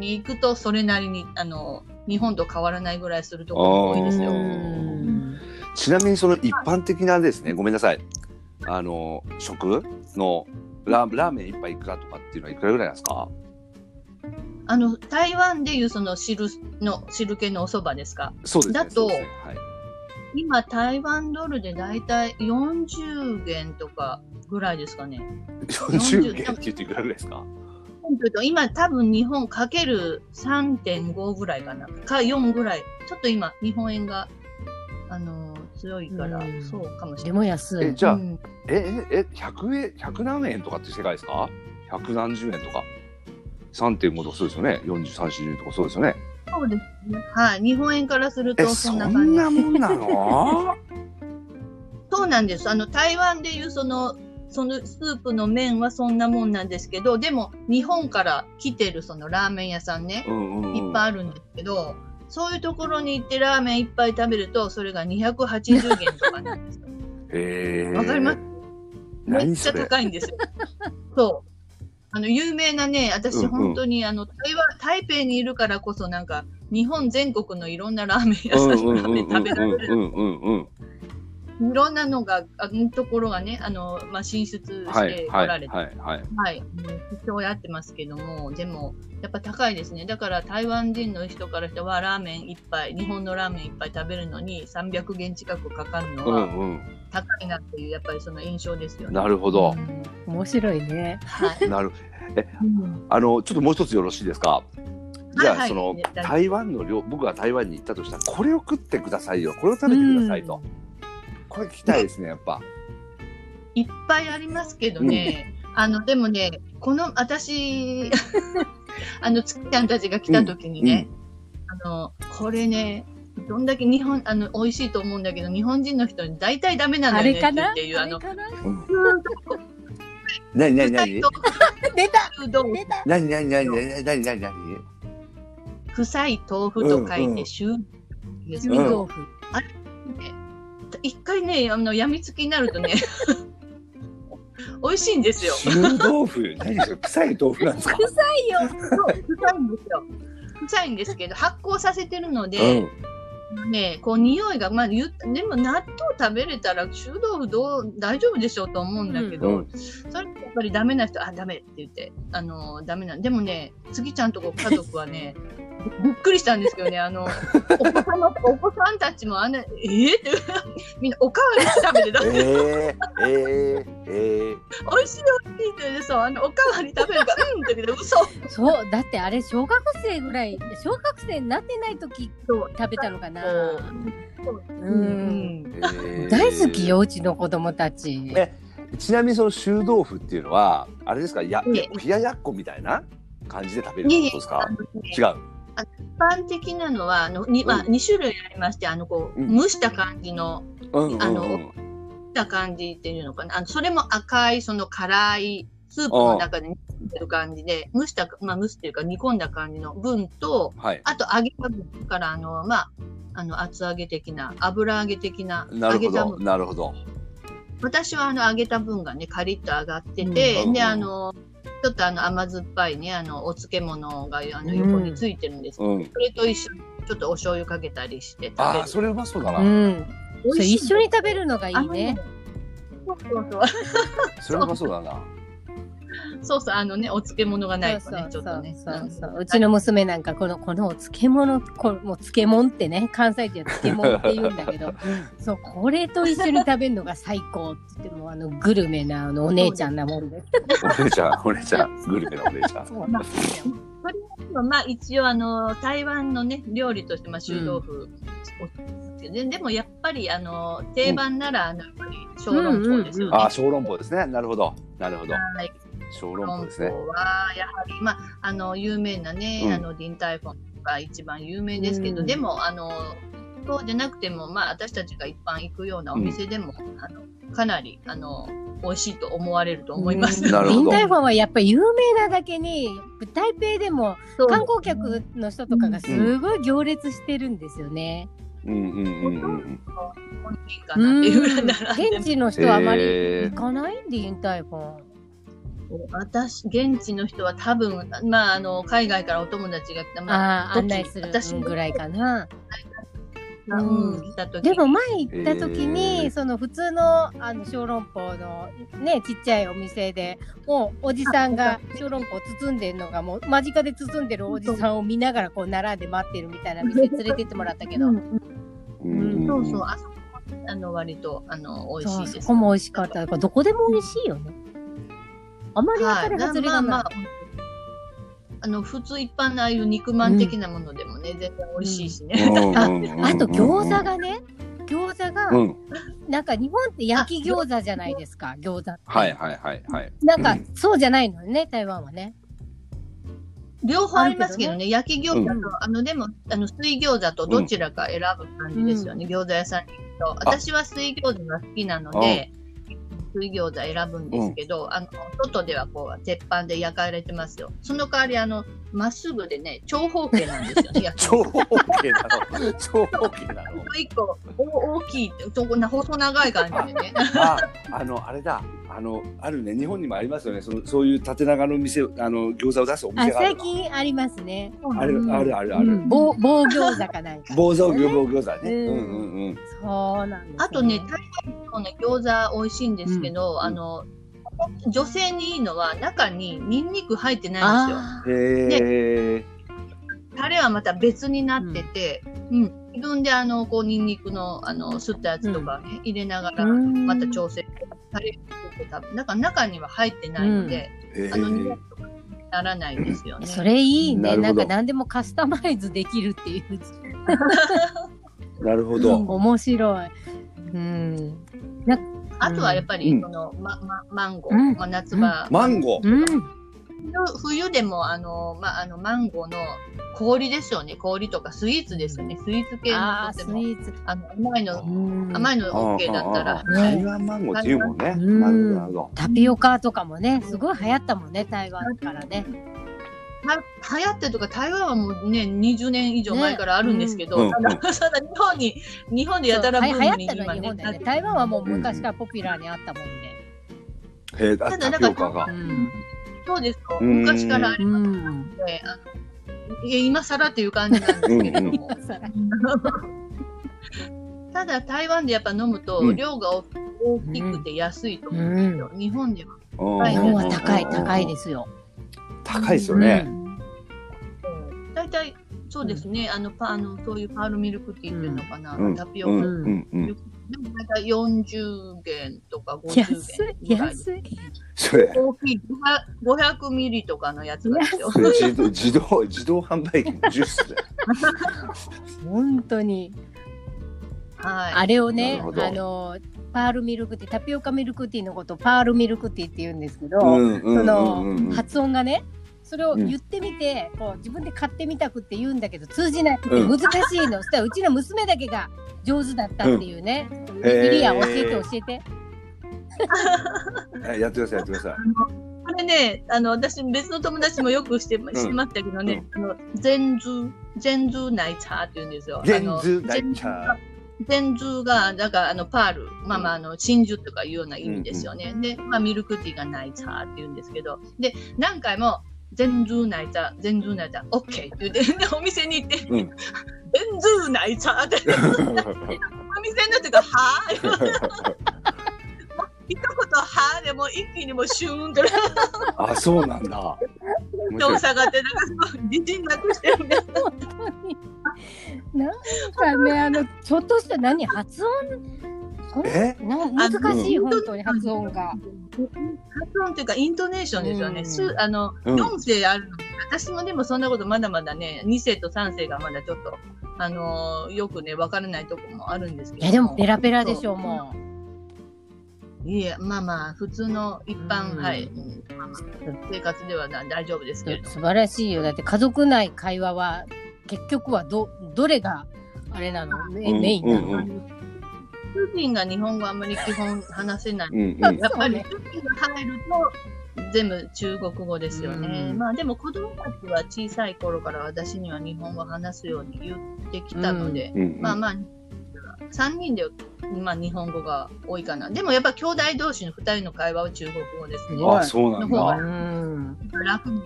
[SPEAKER 3] に行くとそれなりにあの日本と変わらないぐらいするところも多いです
[SPEAKER 2] う
[SPEAKER 3] よ。
[SPEAKER 2] んちなみにその一般的なですね、ごめんなさい。あの食のラーラーメン一杯いくらとかっていうのはいくらぐらいなんですか？
[SPEAKER 3] あの台湾でいうその汁の汁系のお蕎麦ですか
[SPEAKER 2] そうですね。
[SPEAKER 3] だと
[SPEAKER 2] そうですねはい。
[SPEAKER 3] 今台湾ドルでだいたい40元とかぐらいですかね。
[SPEAKER 2] 四十元って言っていくらぐらいですか？
[SPEAKER 3] というと今多分日本かける3.5ぐらいかなか4ぐらいちょっと今日本円があの強いから
[SPEAKER 1] うん
[SPEAKER 3] そうかもし
[SPEAKER 1] で
[SPEAKER 3] れない。
[SPEAKER 1] も安
[SPEAKER 2] え
[SPEAKER 1] い
[SPEAKER 2] じゃあ
[SPEAKER 3] うん
[SPEAKER 2] えええ百円百何円とかって世界ですか？百何十円とか。三点五とかそうですよね。四十三四十とかそうですよね。
[SPEAKER 3] そうですね。はい、日本円からする
[SPEAKER 2] え
[SPEAKER 3] と
[SPEAKER 2] そ
[SPEAKER 3] そん
[SPEAKER 2] ん
[SPEAKER 3] な感じ。
[SPEAKER 2] なもんな の？
[SPEAKER 3] そうなんです。あの台湾でいうそのそのスープの麺はそんなもんなんですけど、でも日本から来てるそのラーメン屋さんね、
[SPEAKER 2] うんうんうん。
[SPEAKER 3] いっぱいあるんですけど、そういうところに行ってラーメンいっぱい食べるとそれが280元とかなんですよ。
[SPEAKER 2] へえ。
[SPEAKER 3] わかります。めっ
[SPEAKER 2] 何
[SPEAKER 3] ちゃ
[SPEAKER 2] それ？
[SPEAKER 3] 高いんですよ。そう。あの有名なね、私、
[SPEAKER 2] うんうん
[SPEAKER 3] 本当にあの台湾台北にいるからこそなんか日本全国のいろんなラーメン屋
[SPEAKER 2] うん
[SPEAKER 3] さん
[SPEAKER 2] う
[SPEAKER 3] の
[SPEAKER 2] ん
[SPEAKER 3] ラーメ
[SPEAKER 2] うん
[SPEAKER 3] ン
[SPEAKER 2] う
[SPEAKER 3] 食
[SPEAKER 2] ん
[SPEAKER 3] べられる
[SPEAKER 2] うんうん うん。
[SPEAKER 3] いろんなのが、あのところがね、あの、まあ、進出し
[SPEAKER 2] は
[SPEAKER 3] て
[SPEAKER 2] い
[SPEAKER 3] こ
[SPEAKER 2] はい
[SPEAKER 3] ら
[SPEAKER 2] は
[SPEAKER 3] れ
[SPEAKER 2] い
[SPEAKER 3] て、
[SPEAKER 2] はい。
[SPEAKER 3] はい、あの一応やってますけども、でも、やっぱ高いですね。だから台湾人の人からしたら、ラーメン一杯、日本のラーメン一杯食べるのに300元近くかかるの
[SPEAKER 2] う
[SPEAKER 3] は
[SPEAKER 2] んうん。
[SPEAKER 3] 高いなっていう、やっぱりその印象ですよね。
[SPEAKER 2] なるほど。
[SPEAKER 1] 面白いね
[SPEAKER 3] はい。
[SPEAKER 2] なる
[SPEAKER 3] うん
[SPEAKER 2] あのちょっともう一つよろしいですか。じゃあ、
[SPEAKER 3] はいはい
[SPEAKER 2] その
[SPEAKER 3] いいです
[SPEAKER 2] 台湾の料僕が台湾に行ったとしたらこれを食ってくださいよこれを食べてくださいと、これ聞きたいですねやっぱ。
[SPEAKER 3] いっぱいありますけどね、あの、でもね、この、私、 あの、月ちゃんたちが来た時にね、あの、これね、どんだけ日本、あの、美味しいと思うんだけど、日本人の人に大体ダメなん
[SPEAKER 1] あ
[SPEAKER 3] だ
[SPEAKER 1] れ
[SPEAKER 3] よね
[SPEAKER 1] かな
[SPEAKER 3] っていう、あ
[SPEAKER 1] あ
[SPEAKER 3] の
[SPEAKER 1] れ、かな
[SPEAKER 2] うん。うん何何
[SPEAKER 3] 臭
[SPEAKER 2] 何
[SPEAKER 3] いと
[SPEAKER 1] 出た
[SPEAKER 3] 豆腐
[SPEAKER 1] 出た
[SPEAKER 2] 何何何何何何何
[SPEAKER 3] 臭い豆腐と書いて、臭豆腐です
[SPEAKER 1] 中
[SPEAKER 3] ね
[SPEAKER 2] うん
[SPEAKER 1] 豆腐
[SPEAKER 3] 一回ね、あの、病みつきになると ね、美味しいんですよ。
[SPEAKER 2] 臭豆腐何それ臭い豆腐なんですか。
[SPEAKER 1] 臭いよ
[SPEAKER 3] そう臭いんですよ。臭いんですけど、発酵させてるので、
[SPEAKER 2] うん。
[SPEAKER 3] ね、こう匂いが、まあ、言ったでも納豆食べれたら臭豆腐どう大丈夫でしょうと思うんだけど、
[SPEAKER 2] うんうん
[SPEAKER 3] それってやっぱりダメな人あダメって言ってあのダメなんでもね次ちゃんとこ家族はねびっくりしたんですけどねあのお子様お子さんたちもあんなえー、ってみんなおかわりして食べてた
[SPEAKER 2] えー、えー、えー、
[SPEAKER 3] 美味しい美味いって言ってそうあのおかわり食べるかうんって言って嘘
[SPEAKER 1] そうだってあれ小学生ぐらい小学生になってない時食べたのかな
[SPEAKER 3] う
[SPEAKER 1] うん
[SPEAKER 2] えー
[SPEAKER 1] 大好きようちの子供たち
[SPEAKER 2] えちなみにその臭豆腐っていうのはあれですかや
[SPEAKER 3] い
[SPEAKER 2] 冷
[SPEAKER 3] え
[SPEAKER 2] ややっこみたいな感じで食べるってことですか違う
[SPEAKER 3] 一般的なのはあのに、まあ、
[SPEAKER 2] う
[SPEAKER 3] 2種類ありましてあのこう
[SPEAKER 2] うん
[SPEAKER 3] 蒸した感じの
[SPEAKER 2] うんうんうん
[SPEAKER 3] あの蒸した感じっていうのかなあのそれも赤いその辛いスープ
[SPEAKER 2] ああ
[SPEAKER 3] の中で煮てる感じで蒸した、まあ、蒸すっていうか煮込んだ感じの分と
[SPEAKER 2] はい
[SPEAKER 3] あと揚げた分からあのまああの厚揚げ的な油揚げ的な
[SPEAKER 2] な
[SPEAKER 3] 揚
[SPEAKER 2] る
[SPEAKER 3] げ
[SPEAKER 2] ほ
[SPEAKER 3] た
[SPEAKER 2] ど
[SPEAKER 3] 分
[SPEAKER 2] なるほど
[SPEAKER 3] 私はあの揚げた分がねカリッと揚がって
[SPEAKER 2] うん
[SPEAKER 3] て、
[SPEAKER 2] うん
[SPEAKER 3] であのちょっとあの甘酸っぱいねあのお漬物があの横についてるんですけど、
[SPEAKER 2] うん
[SPEAKER 3] それと一緒にちょっとお醤油かけたりして食べ
[SPEAKER 2] あ
[SPEAKER 3] る
[SPEAKER 2] あそれうまそうだ
[SPEAKER 1] う
[SPEAKER 2] なん
[SPEAKER 1] それ
[SPEAKER 3] 美味しい
[SPEAKER 1] 一緒に食べるのがいいね
[SPEAKER 3] あのそうそうそう
[SPEAKER 2] それうまそうだな
[SPEAKER 3] そうそうあのねお漬物がないと
[SPEAKER 1] そう
[SPEAKER 3] ねち
[SPEAKER 1] そうそ
[SPEAKER 3] ょっと
[SPEAKER 1] う
[SPEAKER 3] ね
[SPEAKER 1] そうそううちの娘なんかこのこのお漬物これもう漬物ってね関西人は漬物って 言うんだけどそうこれと一緒に食べるのが最高って言ってもうあのグルメなあのお姉ちゃんなもんで
[SPEAKER 2] お姉ちゃんお姉ちゃんグルメのお姉ちゃん
[SPEAKER 1] そう
[SPEAKER 3] まあそれはまあ一応あの台湾のね料理としてまあ臭豆腐をで、でもやっぱりあの定番ならあのやっぱり小籠包です
[SPEAKER 1] う
[SPEAKER 3] よね、
[SPEAKER 1] んうんうん
[SPEAKER 2] ああ小籠包ですねなるほどなるほど
[SPEAKER 3] はい
[SPEAKER 2] 小
[SPEAKER 3] 香
[SPEAKER 2] 籠包
[SPEAKER 3] 港
[SPEAKER 2] ですね
[SPEAKER 3] はやはり、まあ、あの有名なね、
[SPEAKER 2] うん
[SPEAKER 3] あの林泰峰が一番有名ですけど、
[SPEAKER 1] うん
[SPEAKER 3] でもあのそうじゃなくても、まあ、私たちが一般行くようなお店でも、あのかなりあの美味しいと思われると思います。
[SPEAKER 2] うんなるほ
[SPEAKER 1] 林
[SPEAKER 2] ど
[SPEAKER 1] 台湾はやっぱり有名なだけに台北でも
[SPEAKER 3] そう
[SPEAKER 1] 観光客の人とかがすごい行列してるんですよね。
[SPEAKER 2] うんうんうんうんうん
[SPEAKER 3] 本人か
[SPEAKER 1] う
[SPEAKER 3] なっ
[SPEAKER 1] ん
[SPEAKER 3] ていうぐらい並んで
[SPEAKER 1] 現地の人はあまり行かないんで林台湾。
[SPEAKER 3] 私現地の人は多分、まあ、あの海外からお友達が来た、まあ
[SPEAKER 1] ああ案内する
[SPEAKER 3] 私
[SPEAKER 1] ぐらいかな。
[SPEAKER 3] うん
[SPEAKER 1] うん
[SPEAKER 3] 来た時
[SPEAKER 1] でも前行った時
[SPEAKER 2] へえ
[SPEAKER 1] にその普通のあの小籠包のねちっちゃいお店でもうおじさんが小籠包包んでるのがもう間近で包んでるおじさんを見ながらこう並んで待ってるみたいな店連れてってもらったけど
[SPEAKER 3] う。ん
[SPEAKER 2] うん
[SPEAKER 3] そうそうあそこはあの割とあの美味しい
[SPEAKER 1] そう
[SPEAKER 3] です
[SPEAKER 1] そこも美味しかった。だからどこでも美味しいよね。あまり当たり外れがない。
[SPEAKER 3] あ、あの普通一般のああいう肉まん的なものでもね、全然美味しいしね。
[SPEAKER 2] あ
[SPEAKER 1] あと餃子がね、餃子が、
[SPEAKER 2] うん
[SPEAKER 1] なんか日本って焼き餃子じゃないですか、餃子って。
[SPEAKER 2] はいはいはいはい
[SPEAKER 1] なんか
[SPEAKER 2] うん
[SPEAKER 1] そうじゃないのね、台湾はね。
[SPEAKER 3] 両方ありますけどね、焼き餃子と、
[SPEAKER 1] うん
[SPEAKER 3] あのでもあの水餃子とどちらか選ぶ感じですよね、餃子屋さんに行くと。私は水餃子が好きなので。水餃子選ぶんですけど、あの外ではこう鉄板で焼かれてますよ。その代わりあのまっすぐでね長方形なんです よね。焼き
[SPEAKER 2] 長方形なの長方形な の
[SPEAKER 3] 一個お大きいとこな細長い感じで ね。
[SPEAKER 2] ああのあれだあのあるね日本にもありますよねそのそういう縦長の店あの餃子を出すお
[SPEAKER 1] あ
[SPEAKER 2] 店がある
[SPEAKER 1] 最
[SPEAKER 2] の
[SPEAKER 1] 近ありますね。
[SPEAKER 2] あるあるあるあ
[SPEAKER 1] う
[SPEAKER 2] る
[SPEAKER 1] ん棒棒餃子かなんか。
[SPEAKER 2] 棒蔵餃棒餃子ね
[SPEAKER 1] うん
[SPEAKER 2] うんうんうん
[SPEAKER 1] そうなんですよ。
[SPEAKER 3] あとね、台湾の餃子美味しいんですけど、あの、女性にいいのは中にニンニク入ってないんですよ。
[SPEAKER 1] あ
[SPEAKER 2] へえ
[SPEAKER 3] タレはまた別になってて、うん。自分であの、こう、ニンニクの、あの、すったやつとかね、入れなが
[SPEAKER 1] あ
[SPEAKER 3] ら、また調整して、タレを作って食べなんか中には入ってないので、
[SPEAKER 2] へ
[SPEAKER 3] あの、ニンニ
[SPEAKER 2] え
[SPEAKER 3] クとかにならないですよね。
[SPEAKER 1] それいいね。
[SPEAKER 2] なるほ
[SPEAKER 1] な
[SPEAKER 2] ど
[SPEAKER 1] んか何でもカスタマイズできるっていう。
[SPEAKER 2] なるほ
[SPEAKER 1] うん
[SPEAKER 2] ど
[SPEAKER 1] 面白い。うん。
[SPEAKER 3] あとはやっぱ
[SPEAKER 2] うん
[SPEAKER 3] り、その、ま、ま、マンゴー、
[SPEAKER 1] うん
[SPEAKER 3] まあ、夏場、
[SPEAKER 2] マンゴー
[SPEAKER 1] うん。
[SPEAKER 3] 冬冬でもあの、まあ、あのマンゴーの氷ですよね氷とかスイーツですよねスイーツ系
[SPEAKER 1] あ
[SPEAKER 3] の
[SPEAKER 1] あ
[SPEAKER 3] と
[SPEAKER 1] ス
[SPEAKER 3] て
[SPEAKER 1] イ
[SPEAKER 3] も
[SPEAKER 1] ーツ。
[SPEAKER 3] あの甘いの
[SPEAKER 1] うん
[SPEAKER 3] 甘いの OK だった
[SPEAKER 2] あ
[SPEAKER 3] ら
[SPEAKER 2] あああ台湾マンゴーっていうもんね
[SPEAKER 1] うん
[SPEAKER 2] なるほどなるほど
[SPEAKER 1] タピオカとかもね、すごい流行ったもんね、台湾からね。
[SPEAKER 3] は流行ってるとか台湾はもうね20年以上前からあるんですけど、
[SPEAKER 2] ねうん
[SPEAKER 3] ただただ日本に日本でやたらブ
[SPEAKER 1] は
[SPEAKER 3] ー
[SPEAKER 1] 流
[SPEAKER 3] ム
[SPEAKER 1] 行
[SPEAKER 3] に
[SPEAKER 1] ったの
[SPEAKER 3] 今
[SPEAKER 1] は日
[SPEAKER 3] ね
[SPEAKER 1] 本だ
[SPEAKER 3] な
[SPEAKER 1] よ
[SPEAKER 3] っ
[SPEAKER 1] ね。
[SPEAKER 3] て
[SPEAKER 1] 台湾はもう昔からポピュラーにあったもんで。
[SPEAKER 2] へえあ
[SPEAKER 3] ただ
[SPEAKER 2] タ
[SPEAKER 3] なん
[SPEAKER 2] ピ
[SPEAKER 3] か
[SPEAKER 2] オカが
[SPEAKER 3] そうですよ
[SPEAKER 2] うん
[SPEAKER 3] 昔からあり
[SPEAKER 1] う
[SPEAKER 3] ま
[SPEAKER 1] ん。
[SPEAKER 3] すねあのいや今更っていう感じなんですけれども。 ただ台湾でやっぱ飲むと
[SPEAKER 2] うん
[SPEAKER 3] 量が大きくて安いと思うんですよ、日本では
[SPEAKER 2] うん
[SPEAKER 3] 台
[SPEAKER 1] 日本は高い、
[SPEAKER 2] うん
[SPEAKER 1] 高いですよ。
[SPEAKER 2] 高いですよね
[SPEAKER 3] 大体そうですね、あのパあのそういうパールミルクティーっていうのかな、
[SPEAKER 2] うん
[SPEAKER 3] タピオ
[SPEAKER 2] うん
[SPEAKER 3] カ、
[SPEAKER 2] うんうん
[SPEAKER 3] でもなんか40元とか50元
[SPEAKER 1] 安い
[SPEAKER 3] ぐらい。
[SPEAKER 1] 安い
[SPEAKER 2] それ
[SPEAKER 3] 大きい500 500ミリとかのやつがですよ
[SPEAKER 2] そ。れ自動自動自動販売機のジュースで
[SPEAKER 1] 本当に
[SPEAKER 3] は
[SPEAKER 1] あ
[SPEAKER 3] い。
[SPEAKER 1] れを
[SPEAKER 2] なる
[SPEAKER 1] ね
[SPEAKER 2] ほど
[SPEAKER 1] あのパールミルクティータピオカミルクティーのことをパールミルクティーって言うんですけど、
[SPEAKER 2] うんうん
[SPEAKER 1] その、
[SPEAKER 2] うんうん
[SPEAKER 1] 発音がねそれを言ってみて、こう自分で買ってみたくって言うんだけど通じなくて
[SPEAKER 2] うん
[SPEAKER 1] 難しいの、そしたらうちの娘だけが上手だったっていうね、
[SPEAKER 2] へー
[SPEAKER 1] イリア教えて教えて
[SPEAKER 2] えやってくださいやってください
[SPEAKER 3] これね、あの私別の友達もよくしてしてましたけどね、あの全珠全珠奶茶って言うんですよ。
[SPEAKER 2] 全珠奶
[SPEAKER 3] あの
[SPEAKER 2] 茶
[SPEAKER 3] 全珠がだからあのパール、まあまああの真珠とかいうような意味ですよね。で、まあミルクティーがない茶って言うんですけど、で何回も全珠ない茶、全珠ない茶、オッケーって言って でお店に行って、
[SPEAKER 2] うん
[SPEAKER 3] 全珠ない茶ってお店の人がはーい。 一言はーでもう一気にもうシューンと
[SPEAKER 2] あそうなんだ面
[SPEAKER 3] 人
[SPEAKER 2] 白
[SPEAKER 3] を
[SPEAKER 2] い
[SPEAKER 3] 下がってなんかその自信なくしてるね。
[SPEAKER 1] 本当になんかねあのちょっとした何発音そん
[SPEAKER 2] え
[SPEAKER 1] な難しい
[SPEAKER 3] あの
[SPEAKER 1] 本当に発音が。
[SPEAKER 3] 発音というかイントネーションですよ
[SPEAKER 1] う
[SPEAKER 3] ね。
[SPEAKER 1] ん
[SPEAKER 3] すあの
[SPEAKER 2] うん
[SPEAKER 3] 4世あるのに、私もでもそんなことまだまだね、2世と3世がまだちょっと、あのーよくね、わからないとこもあるんですけ
[SPEAKER 1] い
[SPEAKER 3] ど。
[SPEAKER 1] やでもペラペラでしょ
[SPEAKER 3] そう
[SPEAKER 1] も
[SPEAKER 3] いえ、まあまあ、普通の一般、
[SPEAKER 1] うん
[SPEAKER 3] はい、うんまあまあ生活ではな大丈夫です
[SPEAKER 1] う
[SPEAKER 3] けれども
[SPEAKER 1] 素。晴らしいよだって家族内会話は結局はどどれがあれなのメ
[SPEAKER 2] うん
[SPEAKER 1] メインなの、
[SPEAKER 2] うんうん
[SPEAKER 3] 主人が日本語あんまり基本話せない。
[SPEAKER 2] うんうん
[SPEAKER 3] やっぱり
[SPEAKER 1] そうね
[SPEAKER 3] 主人が入ると、全部中国語ですよね。
[SPEAKER 1] うん
[SPEAKER 3] まあでも子供たちは小さい頃から私には日本語話すように言ってきたので、
[SPEAKER 2] うん
[SPEAKER 3] まあまあ、3人で、まあ、日本語が多いかな。でもやっぱ兄弟同士の2人の会話は中国語ですね。
[SPEAKER 1] う
[SPEAKER 2] あそうなん
[SPEAKER 3] の方
[SPEAKER 2] だ
[SPEAKER 3] が楽に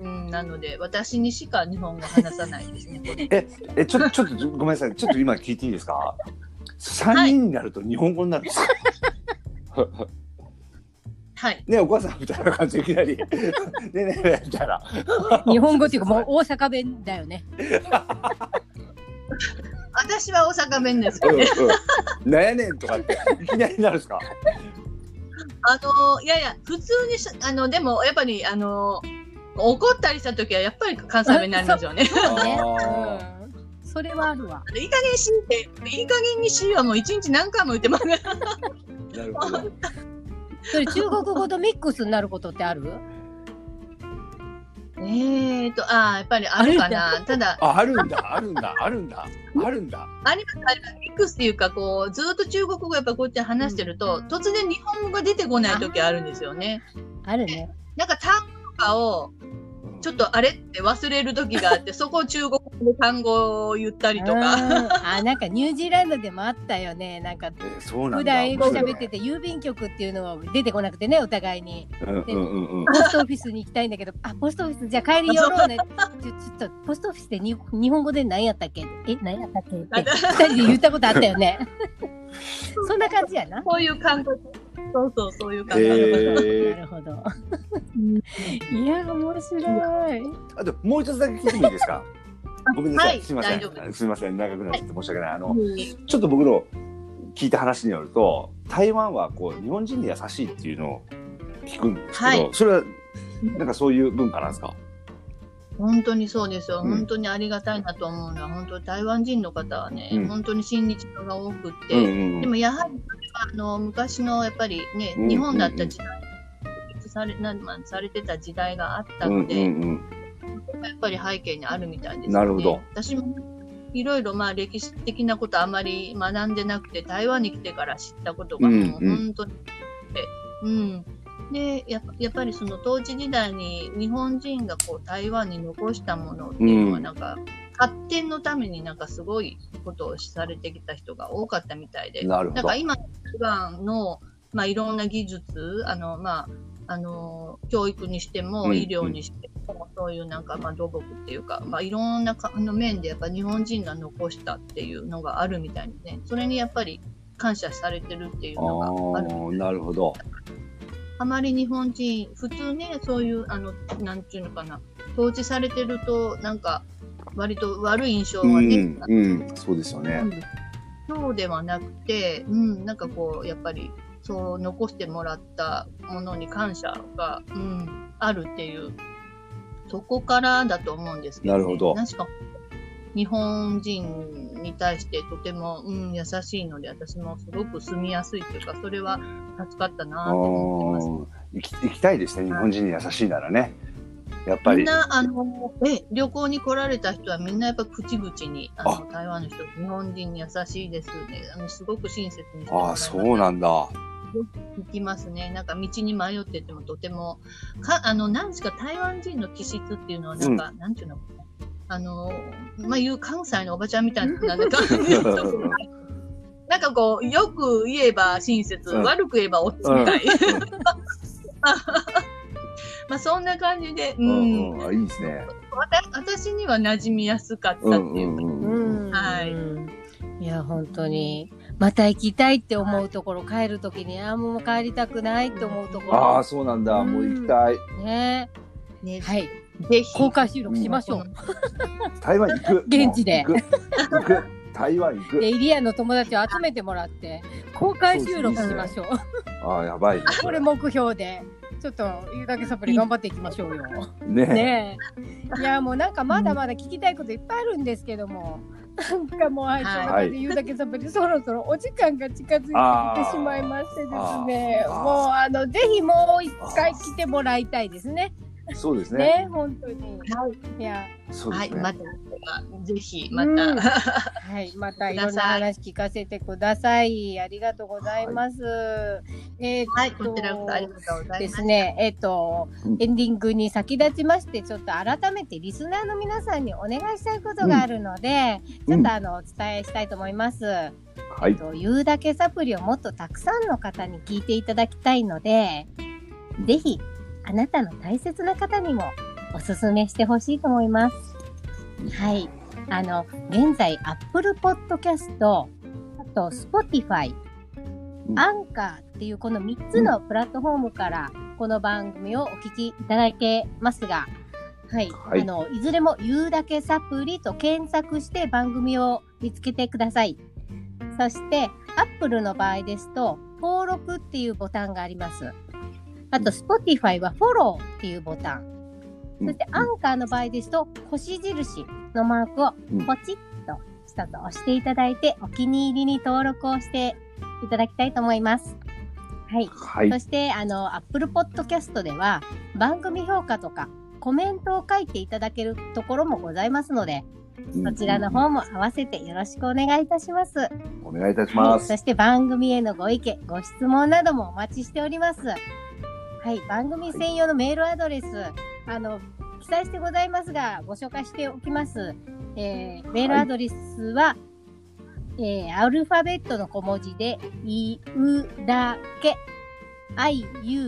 [SPEAKER 3] うん、なので、私にしか日本語話さないですね。
[SPEAKER 2] え、ちょっと、ちょっと、ごめんなさい、ちょっと今聞いていいですか。三人になると日本語になるんですか。
[SPEAKER 3] はい。
[SPEAKER 2] ね、お母さんみたいな感じでいきなり。ねえねえねえみたいな。
[SPEAKER 1] うん日本語っていうかもう大阪弁だよね。
[SPEAKER 3] 私は大阪 弁ですけ
[SPEAKER 2] うん
[SPEAKER 3] ど
[SPEAKER 2] う
[SPEAKER 3] ね。
[SPEAKER 2] ん。なんやねんとかって、いきなりなるんですか。
[SPEAKER 3] あのーいやいや、普通にしあの、でも、やっぱり、あのー怒ったりした時は、やっぱり関西弁になりますよね。
[SPEAKER 1] そうね
[SPEAKER 2] あ。
[SPEAKER 1] うんそれはあるわ。
[SPEAKER 3] いい加減しいって、いい加減にしいはもう一日何回も言ってますね。
[SPEAKER 2] なるほど。
[SPEAKER 1] それ中国語とミックスになることってある？
[SPEAKER 3] えーと、ああ、やっぱりあるかな。ただ、
[SPEAKER 2] あ、あるんだ、あるんだ、あるんだ、あるんだ。
[SPEAKER 3] ありますありますミックスっていうか、こう、ずーっと中国語やっぱこうやって話してると、突然日本語が出てこない時あるんですよね。
[SPEAKER 1] あるね。
[SPEAKER 3] なんか単語とかを、ちょっとあれって忘れる時が あって、そこを中国語で単語を言ったりと
[SPEAKER 1] う
[SPEAKER 3] か。
[SPEAKER 1] んあなんかニュージーランドでもあったよね。なんか
[SPEAKER 2] えー、そうな
[SPEAKER 1] 普
[SPEAKER 2] んだ。
[SPEAKER 1] 段英語喋ってて
[SPEAKER 2] て。
[SPEAKER 1] 郵便局っていうのは出てこなくてねお互い に
[SPEAKER 2] うん、うん、うん、うん。
[SPEAKER 1] ポストオフィスに行きたいんだけど「あポストオフィスじゃあ帰り寄ろう ね」ちょちょっとポストオフィスでに日本語で何やったっけえ何やったっけって2人で言ったことあったよ ねそんな感じやな。
[SPEAKER 3] こういう感覚。そうそう、そういう感覚。
[SPEAKER 1] な
[SPEAKER 2] えー
[SPEAKER 1] るほど。
[SPEAKER 3] うん
[SPEAKER 1] いや面白い。
[SPEAKER 2] あと、もう一つだけ聞いてもいいですか。ごめんなさ
[SPEAKER 3] はい
[SPEAKER 2] い、すみませ
[SPEAKER 3] 大丈夫
[SPEAKER 2] ん。すみません、長くなっちゃって申し訳ない。あの。
[SPEAKER 3] う
[SPEAKER 2] ちょっと僕の聞いた話によると台湾はこう日本人に優しいっていうのを聞くんですけど、
[SPEAKER 3] はい
[SPEAKER 2] それはなんかそういう文化なんですか、
[SPEAKER 3] ん本当にそうですよ、
[SPEAKER 2] うん
[SPEAKER 3] 本当にありがたいなと思うのは、本当、台湾人の方はね、
[SPEAKER 2] うん
[SPEAKER 3] 本当に親日家が多くって、
[SPEAKER 2] うんうん
[SPEAKER 3] で
[SPEAKER 2] うん
[SPEAKER 3] もやはりそれはあの昔のやっぱりね、
[SPEAKER 2] うん
[SPEAKER 3] 日本だった時代、されなまあされてた時代があった
[SPEAKER 2] うん
[SPEAKER 3] ので、
[SPEAKER 2] うん
[SPEAKER 3] それがやっぱり背景にあるみたいです、ね、
[SPEAKER 2] なるほど
[SPEAKER 3] 私もいろいろまあ歴史的なことあまり学んでなくて台湾に来てから知ったことがもう
[SPEAKER 2] うんうん
[SPEAKER 3] 本当にあって、うんでやっぱやっぱりその統治時代に日本人がこう台湾に残したものっていうの
[SPEAKER 2] う
[SPEAKER 3] は
[SPEAKER 2] ん
[SPEAKER 3] なんか、発展のためになんかすごいことをされてきた人が多かったみたいで
[SPEAKER 2] うんなるほ
[SPEAKER 3] だ
[SPEAKER 2] ど
[SPEAKER 3] から今の台湾の、まあ、いろんな技術あの、まあ、あの教育にして
[SPEAKER 2] う
[SPEAKER 3] も
[SPEAKER 2] ん
[SPEAKER 3] 医療にしても、そういうなんか、まあ、土木っていうか、まあ、いろんなかあの面でやっぱ日本人が残したっていうのがあるみたいでねそれにやっぱり感謝されてるっていうのがある
[SPEAKER 2] ああなるほど
[SPEAKER 3] あまり日本人普通ねそういうあのなんていうのかな統治されてるとなんか割と悪い印象
[SPEAKER 2] う
[SPEAKER 3] はね、
[SPEAKER 2] んうんそうですよね、
[SPEAKER 3] そうではなくて、うん、なんかこうやっぱりそう残してもらったものに感謝が、うん、あるっていうそこからだと思うんですけど、ね、
[SPEAKER 2] なるほど
[SPEAKER 3] 確か日本人に対してとても、うん、優しいので私もすごく住みやすいというかそれは助かったな
[SPEAKER 2] あー
[SPEAKER 3] と思ってます。
[SPEAKER 2] 行き行きたいですね日本人に優しいならねやっぱ
[SPEAKER 3] みん
[SPEAKER 2] り
[SPEAKER 3] なあのえ旅行に来られた人はみんなやっぱ口々にあの台湾の人日本人に優しいですねあのすごく親切にして
[SPEAKER 2] ああそうなんだ
[SPEAKER 3] 行きますねなんか道に迷っててもとてもかあの何ですか台湾人の気質っていうのはなんか、なんていうのかなあのまあいう関西のおばちゃんみたいななん かなんかこうよく言えば親切、
[SPEAKER 2] うん
[SPEAKER 3] 悪く言えばおっつみたい、 まあそんな感じで
[SPEAKER 2] う
[SPEAKER 3] うん
[SPEAKER 2] ん、うん、いいですね
[SPEAKER 3] わた私には馴染みやすかったっ
[SPEAKER 2] う
[SPEAKER 3] てい
[SPEAKER 2] んう
[SPEAKER 3] うか、
[SPEAKER 2] んうん
[SPEAKER 1] うん
[SPEAKER 3] はい
[SPEAKER 1] いや本当にまた行きたいって思うところ、帰る時にあーもう帰りたくないって思うとこ
[SPEAKER 2] ああ
[SPEAKER 1] ろ
[SPEAKER 2] そうなんだもう行きたい
[SPEAKER 1] ね
[SPEAKER 3] ね、
[SPEAKER 1] はい
[SPEAKER 3] ぜひ
[SPEAKER 1] 公開収録しましょう、
[SPEAKER 2] 台湾行く
[SPEAKER 1] 現地で
[SPEAKER 2] もう行く行く台湾行
[SPEAKER 1] で
[SPEAKER 2] く
[SPEAKER 1] イリアの友達を集めてもらって公開収録しましょう
[SPEAKER 2] ああやばいね
[SPEAKER 1] これ目標でちょっとゆうだけサプリ頑張っていきましょうよ
[SPEAKER 2] ね
[SPEAKER 1] ねえいやもうなんかまだまだ聞きたいこといっぱいあるんですけどもなんかもうあいつの中
[SPEAKER 2] はい
[SPEAKER 1] で言うだけサプリそろそろお時間が近づいてきてしまいましてですね
[SPEAKER 2] あーあー
[SPEAKER 1] もうあのぜひもう一回来てもらいたいですね
[SPEAKER 2] そうですね
[SPEAKER 1] ね本当にいや
[SPEAKER 2] そうで
[SPEAKER 3] は
[SPEAKER 2] す
[SPEAKER 3] い、
[SPEAKER 2] ね
[SPEAKER 3] また、ぜひ、また、
[SPEAKER 1] うん
[SPEAKER 3] は
[SPEAKER 1] はい、またいろんな話聞かせてください。ありがとうございます。えーっと
[SPEAKER 3] い、こちらこそありがとうござい
[SPEAKER 1] で
[SPEAKER 3] ますす。
[SPEAKER 1] ね、えーっと
[SPEAKER 2] うん、
[SPEAKER 1] エンディングに先立ちまして、ちょっと改めてリスナーの皆さんにお願いしたいことがあるので、ち
[SPEAKER 2] うん
[SPEAKER 1] ょっとあの、お伝えしたいと思います。
[SPEAKER 2] は
[SPEAKER 1] え
[SPEAKER 2] い
[SPEAKER 1] っと、言うだけサプリをもっとたくさんの方に聞いていただきたいので、ぜひ、あなたの大切な方にもおすすめしてほしいと思います。はい。あの、現在、Apple Podcast、あと Spotify
[SPEAKER 2] う、ん
[SPEAKER 1] アンカーっていうこの3つのプラットフォームから、この番組をお聞きいただいてますが、はい。
[SPEAKER 2] はい
[SPEAKER 1] あの、いずれも言うだけサプリと検索して番組を見つけてください。そして、Apple の場合ですと、登録っていうボタンがあります。あと、Spotify はフォローっていうボタン。そしてアンカーの場合ですと、星印のマークをポチッとしたと押していただいて、お気に入りに登録をしていただきたいと思います。はい。
[SPEAKER 2] はい
[SPEAKER 1] そして、あの、Apple Podcast では、番組評価とか、コメントを書いていただけるところもございますので、そちらの方も合わせてよろしくお願いいたします。
[SPEAKER 2] お願いいたし
[SPEAKER 1] は
[SPEAKER 2] ま
[SPEAKER 1] い、
[SPEAKER 2] す
[SPEAKER 1] そして番組へのご意見、ご質問などもお待ちしております。はい、番組専用のメールアドレス、あの、記載してございますが、ご紹介しておきます。えーメールアドレスは、えーアルファベットの小文字で、いうだけ、iudake、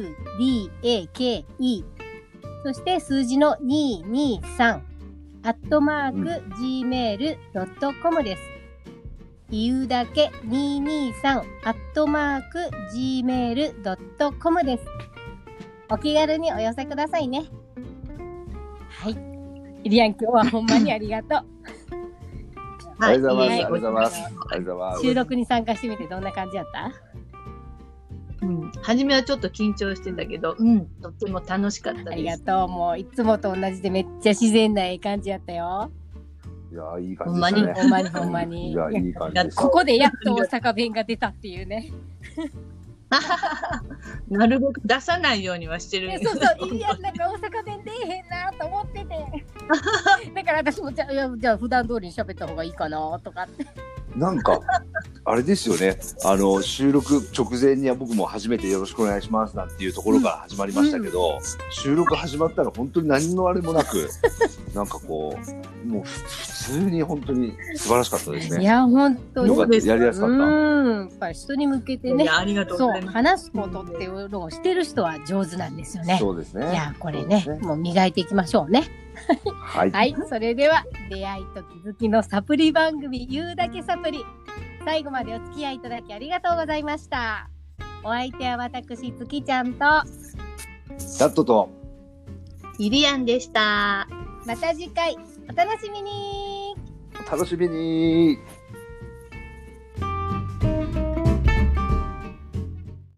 [SPEAKER 1] そして数字の223、アットマーク、gmail.com です。言うだけ223アットマーク gmail.com です。お気軽にお寄せくださいね。はい。イリアン今日はほんまにありがと う。
[SPEAKER 2] ありがとうござ
[SPEAKER 1] はい
[SPEAKER 2] いますありがとうございますありがと
[SPEAKER 3] は
[SPEAKER 2] うございます
[SPEAKER 1] 収録に参加してみてどんな感じだった
[SPEAKER 3] うん初めはちょっと緊張してたけど、うん、とっても楽しかった
[SPEAKER 1] あり
[SPEAKER 3] で
[SPEAKER 1] が
[SPEAKER 3] す。
[SPEAKER 1] とう。もういつもと同じでめっちゃ自然なええ感じやったよ。
[SPEAKER 2] いやーいい感じでしたね
[SPEAKER 1] ほんまにほんまに
[SPEAKER 2] うんいやいい感じでした
[SPEAKER 1] ここでやっと大阪弁が出たっていうね。
[SPEAKER 3] なるべく出さないようにはしてるん
[SPEAKER 1] え
[SPEAKER 3] です
[SPEAKER 1] そうそう、イリアンなんか大阪弁出えへんなと思って て。だから私もじゃあいやじゃあ普段通りに喋った方がいいかなとかって。
[SPEAKER 2] なんか、あれですよね、あの収録直前には僕も初めてよろしくお願いしますなんていうところから始まりましたけど、収録始まったら本当に何のあれもなく、なんかこう、もうふ普通に本当に素晴らしかったです
[SPEAKER 1] い
[SPEAKER 2] ね。
[SPEAKER 1] や、本当に
[SPEAKER 2] よかった、
[SPEAKER 3] そうです
[SPEAKER 2] やりやすか
[SPEAKER 1] う
[SPEAKER 2] っ
[SPEAKER 1] ん、やっぱり人に向けて
[SPEAKER 3] い
[SPEAKER 1] ね、
[SPEAKER 3] やありがとうご
[SPEAKER 1] そう
[SPEAKER 3] ざいます。
[SPEAKER 1] 話すことっていうのをしてる人は上手なんですよ
[SPEAKER 2] た。
[SPEAKER 1] ね。
[SPEAKER 2] そうです
[SPEAKER 1] い
[SPEAKER 2] ね。
[SPEAKER 1] やこれ
[SPEAKER 2] そう
[SPEAKER 1] ね
[SPEAKER 2] です
[SPEAKER 1] もう磨いていきましょ うね。
[SPEAKER 2] はい。
[SPEAKER 1] はい、それでは出会いと気づきのサプリ番組言うだけサプリ。最後までお付き合いいただきありがとうございました。お相手は私月ちゃんと
[SPEAKER 2] チャットと、
[SPEAKER 3] イリアンでした。
[SPEAKER 1] また次回お楽しみに。
[SPEAKER 2] お楽しみに。